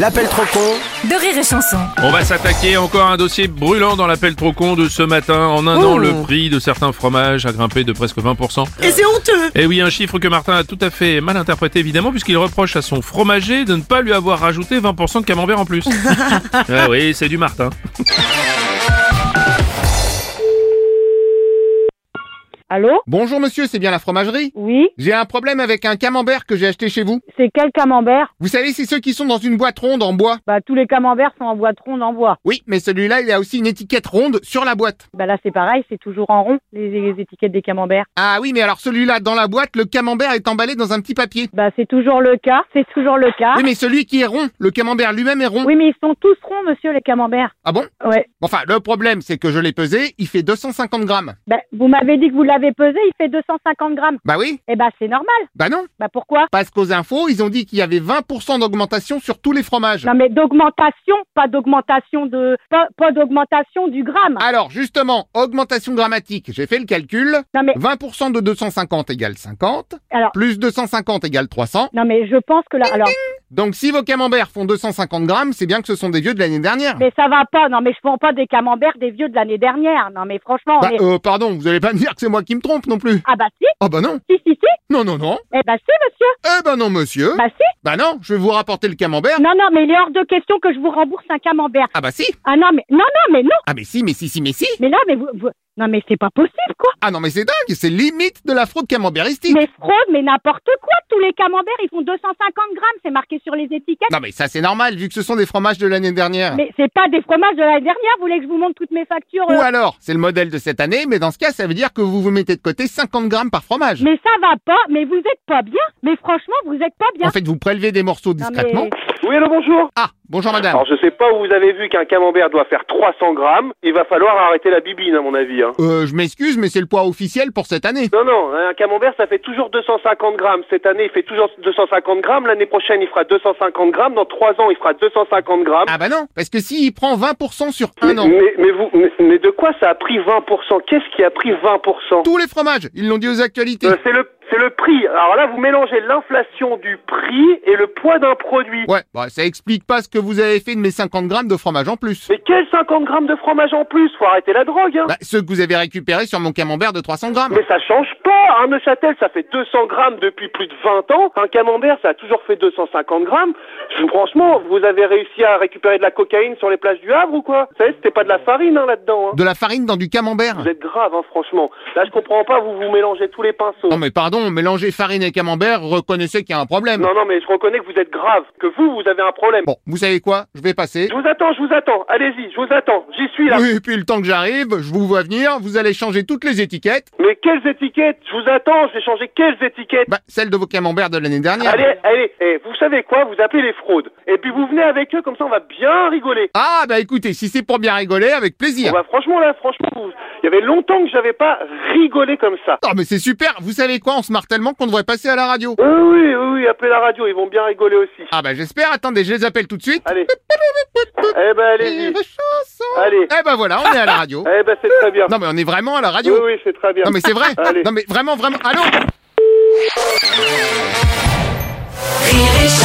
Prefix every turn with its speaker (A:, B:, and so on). A: L'appel trop con
B: de rire et chanson.
C: On va s'attaquer encore à un dossier brûlant dans l'appel trop con de ce matin. En un an, le prix de certains fromages a grimpé de presque 20%.
D: Et c'est honteux
C: Et Eh oui, un chiffre que Martin a tout à fait mal interprété évidemment, puisqu'il reproche à son fromager de ne pas lui avoir rajouté 20% de camembert en plus. ah oui, c'est du Martin.
E: Allô
F: Bonjour monsieur, c'est bien la fromagerie
E: Oui
F: J'ai un problème avec un camembert que j'ai acheté chez vous.
E: C'est quel camembert
F: Vous savez, c'est ceux qui sont dans une boîte ronde en bois.
E: Bah tous les camemberts sont en boîte ronde en bois.
F: Oui, mais celui-là, il a aussi une étiquette ronde sur la boîte.
E: Bah là c'est pareil, c'est toujours en rond les, les étiquettes des camemberts.
F: Ah oui, mais alors celui-là, dans la boîte, le camembert est emballé dans un petit papier.
E: Bah c'est toujours le cas, c'est toujours le cas.
F: Oui, mais celui qui est rond, le camembert lui-même est rond.
E: Ah. Oui, mais ils sont tous ronds monsieur les camemberts.
F: Ah bon
E: Ouais.
F: Enfin, le problème, c'est que je l'ai pesé, il fait 250 grammes.
E: Bah vous m'avez dit que vous l'avez pesé, il fait 250 grammes.
F: Bah oui,
E: Eh bah c'est normal.
F: bah non.
E: Bah pourquoi
F: Parce qu'aux infos, ils ont dit qu'il y avait 20% d'augmentation sur tous les fromages.
E: Non mais d'augmentation, pas d'augmentation de pas, pas d'augmentation du gramme.
B: Ah.
F: Alors justement, augmentation grammatique, j'ai fait le calcul.
E: Non mais
F: 20% de 250 égale 50,
E: alors
F: plus 250 égale 300.
E: non mais je pense que là alors
F: Donc si vos camemberts font 250 grammes, c'est bien que ce sont des vieux de l'année dernière.
E: mais ça va pas. Non mais je vends pas des camemberts des vieux de l'année dernière. Non mais franchement, on
F: Bah
E: est-
F: euh, pardon, vous allez pas me dire que c'est moi qui me trompe non plus.
E: ah bah si,
F: Oh bah non,
E: si si si.
F: non non non.
E: Eh ben si, monsieur.
F: Eh bah non monsieur.
E: Bah si.
F: Bah non, je vais vous rapporter le camembert.
E: Non, non, mais il est hors de question que je vous rembourse un camembert.
F: Ah bah si.
E: Ah non, mais non, non, mais non.
F: Ah mais si, mais si, si, mais si.
E: Mais là, mais vous, vous- non, mais c'est pas possible, quoi.
F: Ah non mais c'est dingue, c'est limite de la fraude camemberistique.
E: Mais fraude, mais n'importe quoi. Tous les camemberts, ils font 250 grammes, c'est marqué sur les étiquettes.
F: Non mais ça c'est normal vu que ce sont des fromages de l'année dernière.
E: Mais c'est pas des fromages de l'année dernière. Vous voulez que je vous montre toutes mes factures euh
F: Ou alors, c'est le modèle de cette année, mais dans ce cas, ça veut dire que vous vous mettez de côté 50 grammes par fromage.
E: Mais ça va pas. Mais vous êtes pas bien. Mais franchement, vous êtes pas bien.
F: En fait, vous prélevez des morceaux
E: Non,
F: discrètement.
E: mais-
D: Oui, allô, bonjour
F: Ah, bonjour madame.
D: Alors, je sais pas où vous avez vu qu'un camembert doit faire 300 grammes. Il va falloir arrêter la bibine, à mon avis. hein.
F: Euh, je m'excuse, mais c'est le poids officiel pour cette année.
D: Non, non, hein, un camembert, ça fait toujours 250 grammes. Cette année, il fait toujours 250 grammes. L'année prochaine, il fera 250 grammes. Dans 3 ans, il fera 250 grammes.
F: Ah bah non, parce que s'il prend 20% sur
D: mais,
F: un an,
D: mais, mais vous, mais, mais de quoi ça a pris 20% Qu'est-ce qui a pris 20%
F: tous les fromages, ils l'ont dit aux actualités.
D: Euh, C'est le, c'est le prix. Alors là, vous mélangez l'inflation du prix et le poids d'un produit.
F: Ouais, bah ça explique pas ce que vous avez fait de mes 50 grammes de fromage en plus.
D: Mais quels 50 grammes de fromage en plus Faut arrêter la drogue, hein
F: Bah, ceux que vous avez récupérés sur mon camembert de 300 grammes.
D: Mais ça change pas, hein, Neuchâtel, ça fait 200 grammes depuis plus de 20 ans. Un camembert, ça a toujours fait 250 grammes. Je- Franchement, vous avez réussi à récupérer de la cocaïne sur les plages du Havre ou quoi Vous savez, c'était pas de la farine, hein, là-dedans. hein.
F: De la farine dans du camembert.
D: Vous êtes grave, hein, franchement. Là, je comprends pas, vous vous mélangez tous les pinceaux.
F: Non mais pardon, mélanger farine et camembert, reconnaissez qu'il y a un problème.
D: Non, non, mais je reconnais que vous êtes grave, que vous, vous avez un problème.
F: Bon, vous savez quoi Je vais passer.
D: Je vous attends, je vous attends. Allez-y, je vous attends. J'y suis, là.
F: Oui, et puis le temps que j'arrive, je vous vois venir, vous allez changer toutes les étiquettes,
D: Mais quelles étiquettes Je vous attends, je vais changer quelles étiquettes
F: bah celles de vos camemberts de l'année dernière.
D: Allez, allez, eh, vous savez quoi Vous appelez les fraudes. Et puis vous venez avec eux, comme ça on va bien rigoler.
F: Ah bah écoutez, si c'est pour bien rigoler, avec plaisir.
D: Bah, franchement, là, franchement, vous- il y avait longtemps que j'avais pas rigolé comme ça.
F: Non mais c'est super, vous savez quoi, on se marre tellement qu'on devrait passer à la radio.
D: Oui, Euh, oui, oui, oui, appelez la radio, ils vont bien rigoler aussi.
F: Ah bah j'espère, attendez, je les appelle tout de suite.
D: Allez. Eh ben, allez-y. Allez.
F: Eh ben voilà, on est à la radio.
D: Eh ben, c'est très bien.
F: Non mais on est vraiment à la
D: Oui,
F: radio.
D: oui, c'est très bien.
F: Non mais c'est vrai.
D: Allez.
F: Non mais vraiment, vraiment. Allô
B: Rire et chanson.